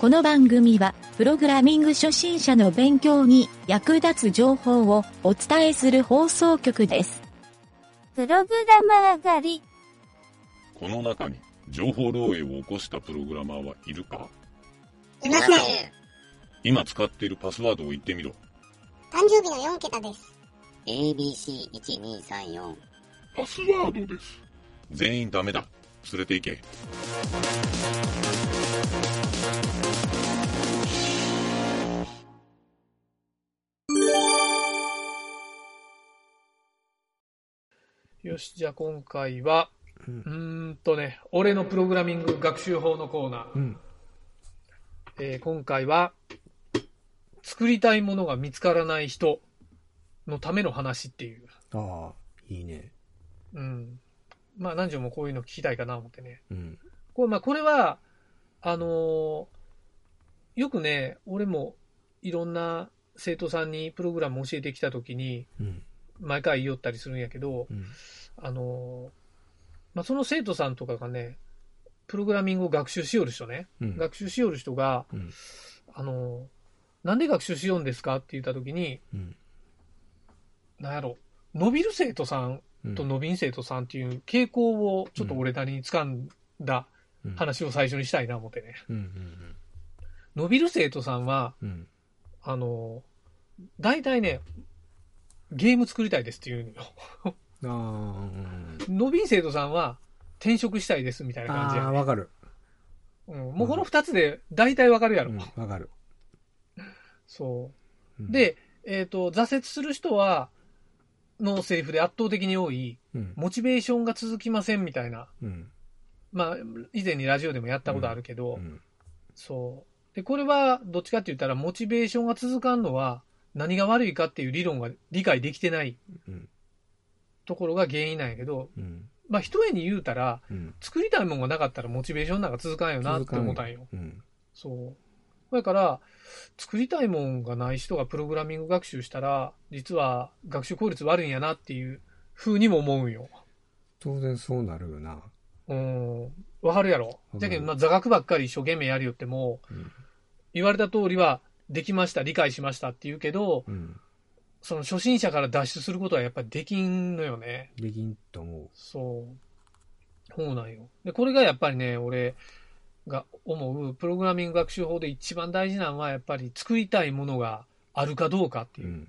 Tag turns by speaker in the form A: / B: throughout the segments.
A: この番組は、プログラミング初心者の勉強に役立つ情報をお伝えする放送局です。
B: プログラマー狩り、
C: この中に情報漏洩を起こしたプログラマーはいるか
D: いません。
C: 今使っているパスワードを言ってみろ。
D: 誕生日の4桁です。
E: ABC1234
C: パスワードです。全員ダメだ。連れて行け。
F: よし、じゃあ今回は、うーんとね、俺のプログラミング学習法のコーナー。
G: うん。
F: えー今回は、作りたいものが見つからない人のための話っていう。
G: ああ、いいね。
F: うん。まあ何時もこういうの聞きたいかな思ってね。
G: うん。
F: これまあ、これは、あのーよくね、俺もいろんな生徒さんにプログラム教えてきたときに、
G: うん。
F: 毎回言いよったりするんやけど、
G: うん。
F: あのーまあ、その生徒さんとかがね、プログラミングを学習しよる人ね、
G: うん。
F: 学習しよる人が、
G: うん
F: あのーなんで学習しようんですかって言ったときに、
G: うん
F: なんやろ、伸びる生徒さん
G: うん
F: と伸びん生徒さんっていう傾向をちょっと俺なりに掴んだ
G: うん
F: 話を最初にしたいな思ってね。
G: うんうん
F: 伸びる生徒さんは、
G: うん。うん。
F: あのー大体ね、ゲーム作りたいですっていうのよ。
G: ああうん
F: 伸びん生徒さんは、転職したいですみたいな感じ
G: あ
F: や
G: あ、わかる。
F: うん、もうこの二つで大体わかるや
G: う
F: ろ。
G: ん、わかる。
F: そうう。
G: ん、
F: で、えっ、と、挫折する人は、のセリフで圧倒的に多い、
G: うん。
F: モチベーションが続きませんみたいな。
G: うん。
F: まあ、以前にラジオでもやったことあるけど、
G: うん。
F: そう。で、これは、どっちかって言ったら、モチベーションが続かんのは、何が悪いかっていう理論が理解できてない
G: うん
F: ところが原因なんやけど、
G: うん。
F: まあ、一重に言うたら、
G: うん。
F: 作りたいもんがなかったらモチベーションなんか続かんよなって思ったんよ。
G: うん。
F: そう。だから、作りたいもんがない人がプログラミング学習したら、実は学習効率悪いんやなっていう風にも思うんよ。
G: 当然そうなるよな。
F: うん。わかるやろ。
G: る
F: じゃけど、まあ、座学ばっかり一生懸命やりよっても、
G: うん
F: 言われた通りは、できました、理解しましたって言うけど、
G: うん。
F: その初心者から脱出することはやっぱりできんのよね。
G: できんと思
F: そう。そうなんよ。で、これがやっぱりね、俺が思うプログラミング学習法で一番大事なのは、やっぱり作りたいものがあるかどうかって
G: う。
F: いうう、
G: ん。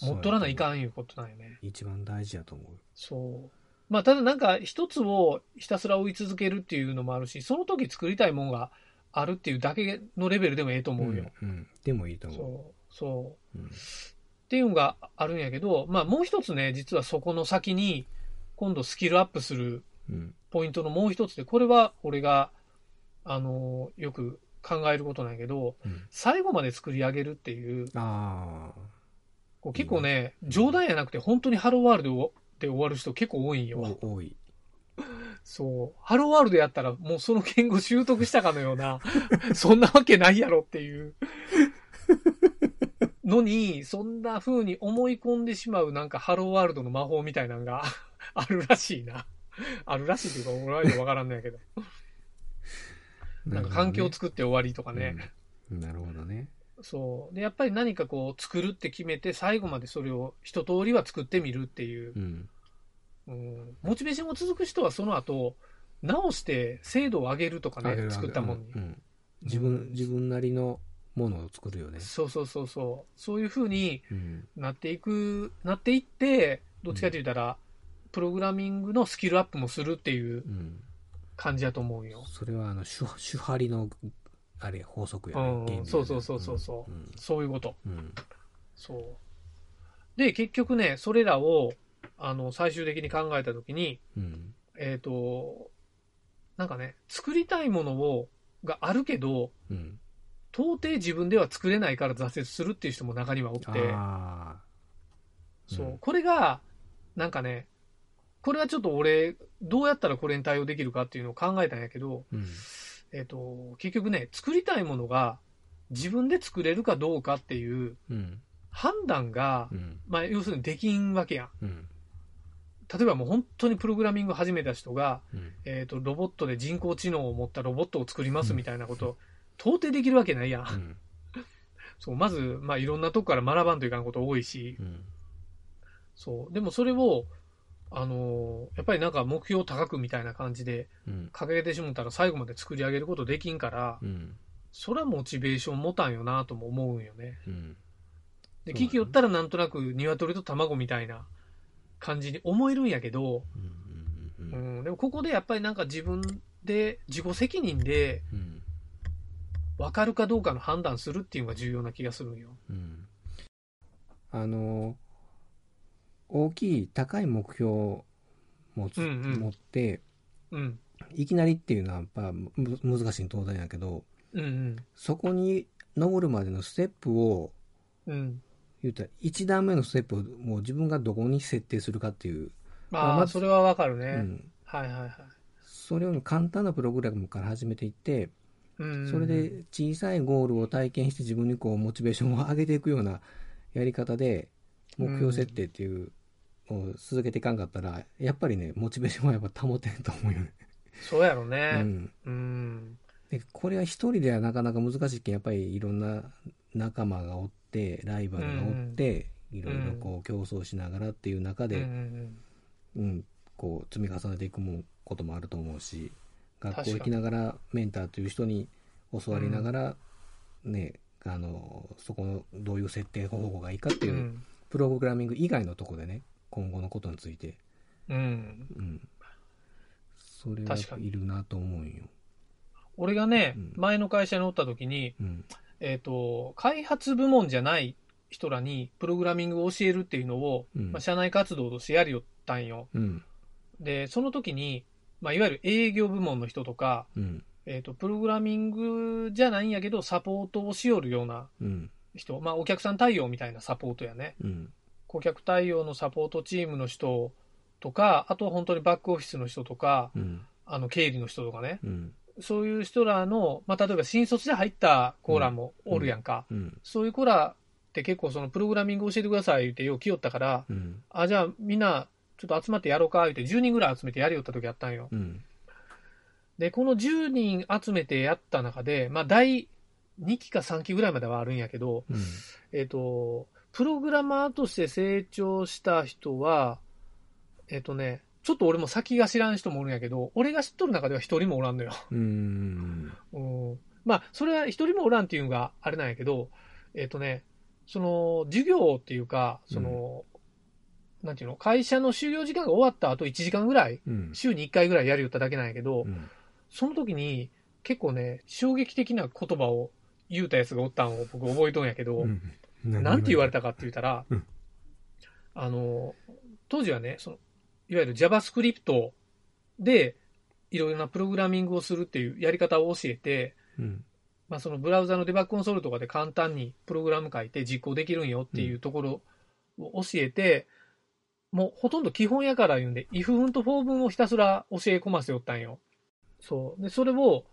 F: 持っとらない
G: ん。
F: かんいうことなんよね。
G: 一番大事やと思う。
F: そう。まあ、ただなんか一つをひたすら追い続けるっていうのもあるし、その時作りたいものがあるっていうだけのレベルでもええと思うよ。
G: うん。うん。でもいいと思
F: そう、そう。
G: う。うん。
F: っていうのがあるんやけど、まあもう一つね、実はそこの先に、今度スキルアップする
G: うん。
F: ポイントのもう一つで、これは俺が、あのよく考えることなんやけど、
G: うん
F: 最後まで作り上げるっていう、
G: ああ。
F: こう結構ね、冗談やなくて本当にハローワールドで終わる人結構多いんよ。
G: お多い。
F: そう。ハローワールドやったらもうその言語習得したかのような、 そんなわけないやろっていう。のに、そんな風に思い込んでしまうなんかハローワールドの魔法みたいなのが あるらしいな。あるらしいというか、俺はよくわからんないけ ど。なんか環境を
G: つ
F: 作って終わりとかね。
G: うん。なるほどね。
F: そう。で、やっぱり何かこう作るって決めて最後までそれを一通りは作ってみるっていう。
G: うん。
F: うんモチベーションが続く人はその後、直して精度を上げるとか
G: あげ
F: ね、
G: る
F: 作ったもんに。
G: うん。自分、自分なりのものを作るよね。
F: そうそうそうそう。そういう風に
G: うん。
F: なっていく、なっていって、どっちかと言ったら、プログラミングのスキルアップもするっていう
G: うん。
F: 感じやと思うよ。
G: それはあの主主張りのあれ法則やね、
F: うん
G: 原理やね
F: そうそうそうそうそう
G: うん
F: そういうこと。
G: うん
F: そう。で、結局ね、それらを、あの、最終的に考えたときに、
G: うん
F: えっ、と、なんかね、作りたいものを、があるけど、
G: うん
F: 到底自分では作れないから挫折するっていう人も中にはおって、
G: あー、
F: そううんこれが、なんかね、これはちょっと俺、どうやったらこれに対応できるかっていうのを考えたんやけど、
G: うん
F: えっ、と、結局ね、作りたいものが自分で作れるかどうかっていう
G: うん
F: 判断が
G: う、ん
F: まあ、要するにできんわけやん。
G: うん
F: 例えばもう本当にプログラミングを始めた人が、
G: うん
F: えっ、と、ロボットで人工知能を持ったロボットを作りますみたいなこと到底できるわけないやん。
G: うん
F: そう、まず、まあ、いろんなとこから学ばんといかんこと多いし、
G: うん
F: そう。でもそれを、あのーやっぱりなんか目標高くみたいな感じで
G: うん
F: 掲げてしもたら最後まで作り上げることできんから、
G: うん
F: そらモチベーション持たんよなとも思うんよね。
G: うん
F: で、
G: そうだね
F: 聞き寄ったらなんとなく鶏と卵みたいな感じに思えるんやけど、
G: うんうんうんう
F: うんん、でもここでやっぱりなんか自分で、自己責任で
G: うん
F: 分かるかどうかの判断するっていうのが重要な気がするんよ。
G: うんあの大きい高い目標を持つ、
F: うんうん
G: 持って
F: うん。
G: いきなりっていうのはやっぱむ難しい当然やけど
F: うん
G: そこに登るまでのステップを
F: うん。うん。
G: 言うたら1段目のステップをもう自分がどこに設定するかっていう、まあ
F: ま
G: ま
F: あ、
G: ず
F: それはわかるね。
G: うん、
F: はいはいはい。
G: それを簡単なプログラムから始めていって
F: うん。
G: それで小さいゴールを体験して自分にこうモチベーションを上げていくようなやり方で目標設定っていうのを続けていかんかったらやっぱりねモチベーションはやっぱ保てんと思うよね。
F: そうやろ
G: う
F: ね。
G: ん、
F: うん。
G: でこれは一人ではなかなか難しいけんやっぱりいろんな仲間がおってライバルがおって、いろいろこう競争しながらっていう中で、
F: うんうん
G: うん、こう積み重ねていくもんこともあると思うし
F: 確か
G: 学
F: に
G: 校行きながらメンターという人に教わりながら、ねあのそこのどういう設定方法がいいかって
F: う
G: いう、
F: ん
G: プログラミング以外のとこでね今後のことについて、
F: うん
G: うん、それは
F: 確かに
G: いるなと思うんよ。
F: 俺がね、
G: うん
F: 前の会社におった時に、
G: うん
F: えっと開発部門じゃない人らにプログラミングを教えるっていうのを、
G: うん
F: まあ、社内活動としてやりよったんよ
G: うん
F: でその時に、まあ、いわゆる営業部門の人とか、
G: うん
F: えっとプログラミングじゃないんやけどサポートをしよるような
G: うん
F: 人、まあ、お客さん対応みたいなサポートやね
G: うん
F: 顧客対応のサポートチームの人とかあとは本当にバックオフィスの人とか
G: うん
F: あの経理の人とかね
G: うん
F: そういう人らの、まあ、例えば新卒で入ったコーラもおるやんか、
G: うん
F: そういう子らって結構そのプログラミング教えてください言ってよう来よったから、
G: うん
F: あ、じゃあみんなちょっと集まってやろうか言って10人ぐらい集めてやりよった時あったんよ。
G: うん
F: で、この10人集めてやった中で、まあ第2期か3期ぐらいまではあるんやけど、
G: うん
F: えっ、と、プログラマーとして成長した人は、えっ、とね、ちょっと俺も先が知らん人もおるんやけど、俺が知っとる中では一人もおらんのよ。
G: うん
F: うんまあ、それは一人もおらんっていうのがあれなんやけど、えっ、とね、その、授業っていうか、その、なんていうの、会社の就業時間が終わった後1時間ぐらい、
G: うん
F: 週に1回ぐらいやるよっただけなんやけど、
G: うん
F: その時に結構ね、衝撃的な言葉を言うたやつがおったんを僕覚えとんやけど、
G: うん
F: なんて言われたかって言ったら、
G: うん
F: あの、当時はね、その、いわゆる JavaScript で、いろいろなプログラミングをするっていうやり方を教えて、
G: うん
F: まあ、そのブラウザのデバッグコンソールとかで簡単にプログラム書いて実行できるんよっていうところを教えて、もうほとんど基本やから言うんで、if 文と for 文をひたすら教え込ませよったんよ。そう。で、それを、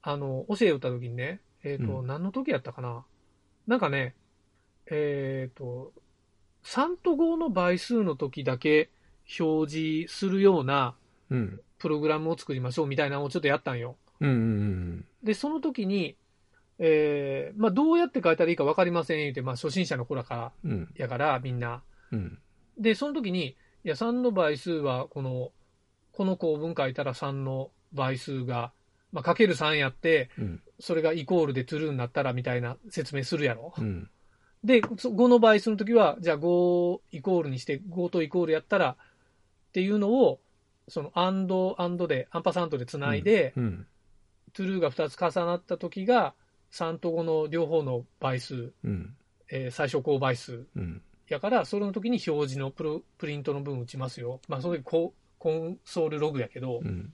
F: あの、教えよった時にね、えっ、と、
G: うん
F: 何の時やったかな。なんかね、えっ、と、3と5の倍数の時だけ表示するような
G: うん
F: プログラムを作りましょうみたいなのをちょっとやったんよ。
G: うんうん
F: で、その時に、えーまあ、どうやって書いたらいいか分かりません言うて、まあ、初心者の子らから
G: うんうん
F: やから、みんな。
G: うん
F: で、その時に、いや、3の倍数は、この、この構文書いたら3の倍数が、まあ、かける3やって、
G: うん
F: それがイコールでトゥルーになったらみたいな説明するやろ。
G: うん
F: で、そ5の倍数の時は、じゃあ5イコールにして、5とイコールやったらっていうのを、その、アンド、アンドで、アンパサントでつないで、
G: うん
F: トゥルーが2つ重なった時が3と5の両方の倍数、
G: うん
F: えー最小公倍数
G: うん
F: やからそれの時に表示のプロプリントの分打ちますよまあその時ココンソールログやけど、
G: うん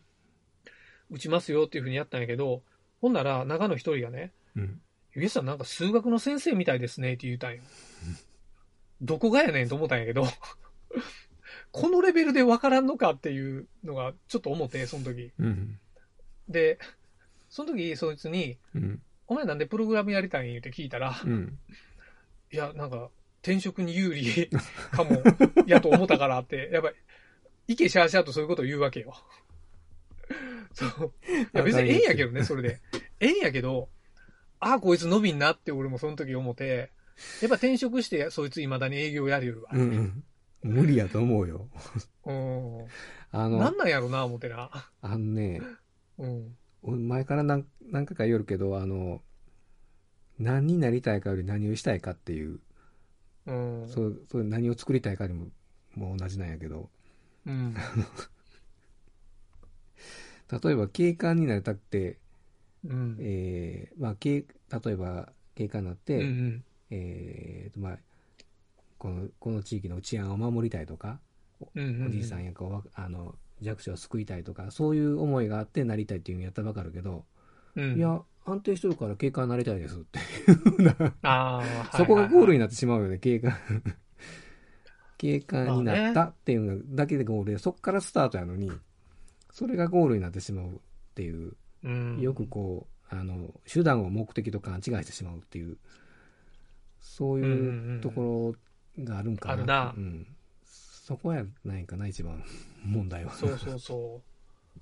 F: 打ちますよっていうふうにやったんやけどほんなら中の一人がね
G: うん
F: 「ゆえさんなんか数学の先生みたいですね」って言うたんよどこがやねんと思ったんやけど このレベルで分からんのかっていうのがちょっと思ってその時
G: うん
F: でその時そいつに
G: うん
F: 「お前なんでプログラムやりたいん?」言って聞いたら
G: うん
F: いや、なんか、転職に有利 かも、やと思ったからって、やっぱり、意見シャーシャーとそういうことを言うわけよ。そう。いや、別にええんやけどね、それで。ええんやけど、ああ、こいつ伸びんなって俺もその時思って、やっぱ転職して、そいつ未だに営業やるよりは。
G: うんうん。無理やと思うよ。
F: うん。
G: あの、
F: なんなんやろな、思ってな。
G: あのね、
F: うん。
G: 俺前から何何回か言うけど、あの、何になりたいかより何をしたいかっていう、
F: うん。
G: そう、そう何を作りたいかにも、もう同じなんやけど、
F: うん。
G: 例えば警官になりたくて、
F: うん。
G: えー、まあ、警、例えば警官になって、
F: うんうん。
G: えーと、まあ、この、この地域の治安を守りたいとか、
F: うんうんうん
G: おじいさんやかわあの弱者を救いたいとかそういう思いがあってなりたいっていうのやったらわかるけど、
F: うん
G: いや安定してるから警官になりたいですって、
F: ああ、
G: そこがゴール
F: に。
G: になってしまうよね 警官警官になったっていうのだけでゴールでそこからスタートやのにそれがゴールになってしまうっていう
F: うん。
G: よくこうあの手段を目的と勘違いしてしまうっていうそう
F: んうんう
G: いうんところがあるんかな,、
F: あるな
G: うん、そこやないかな一番問題は
F: そうそうそう。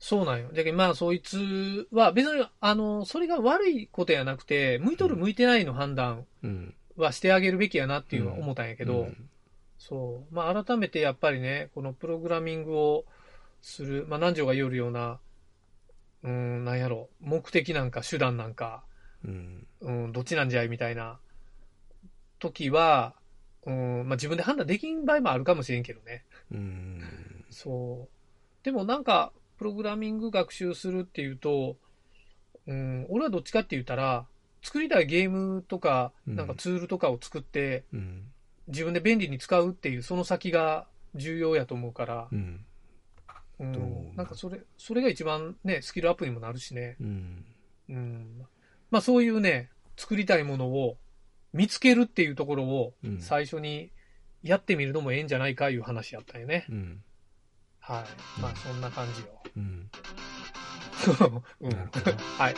F: そうなんよ。だけどまあ、そいつは、別に、あの、それが悪いことやなくて、向いとる向いてないの判断
G: うん
F: はしてあげるべきやなっていうのは思ったんやけど、
G: うん
F: そう。まあ、改めてやっぱりね、このプログラミングをする、まあ、南條が言うような、うーん、なんやろ、目的なんか手段なんか、
G: うん
F: うん、どっちなんじゃいみたいな時は、うん、まあ、自分で判断できん場合もあるかもしれんけどね。
G: うん
F: そう。でもなんか、プログラミング学習するっていうと、うん、俺はどっちかって言ったら、作りたいゲームとか、
G: うん
F: なんかツールとかを作って、
G: うん
F: 自分で便利に使うっていう、その先が重要やと思うから
G: う、ん
F: うん
G: どう思う
F: なんかそれ、それが一番ね、スキルアップにもなるしね。
G: うん
F: うん。まあそういうね、作りたいものを見つけるっていうところを
G: うん
F: 最初にやってみるのもええんじゃないかいう話やったよね。
G: うん
F: はい。まあそんな感じよ。
G: うん
F: うん
G: なる ほど
F: はい。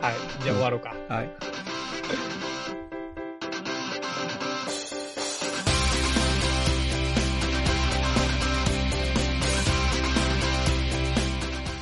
F: はい。じゃあ終わろうか。
G: はい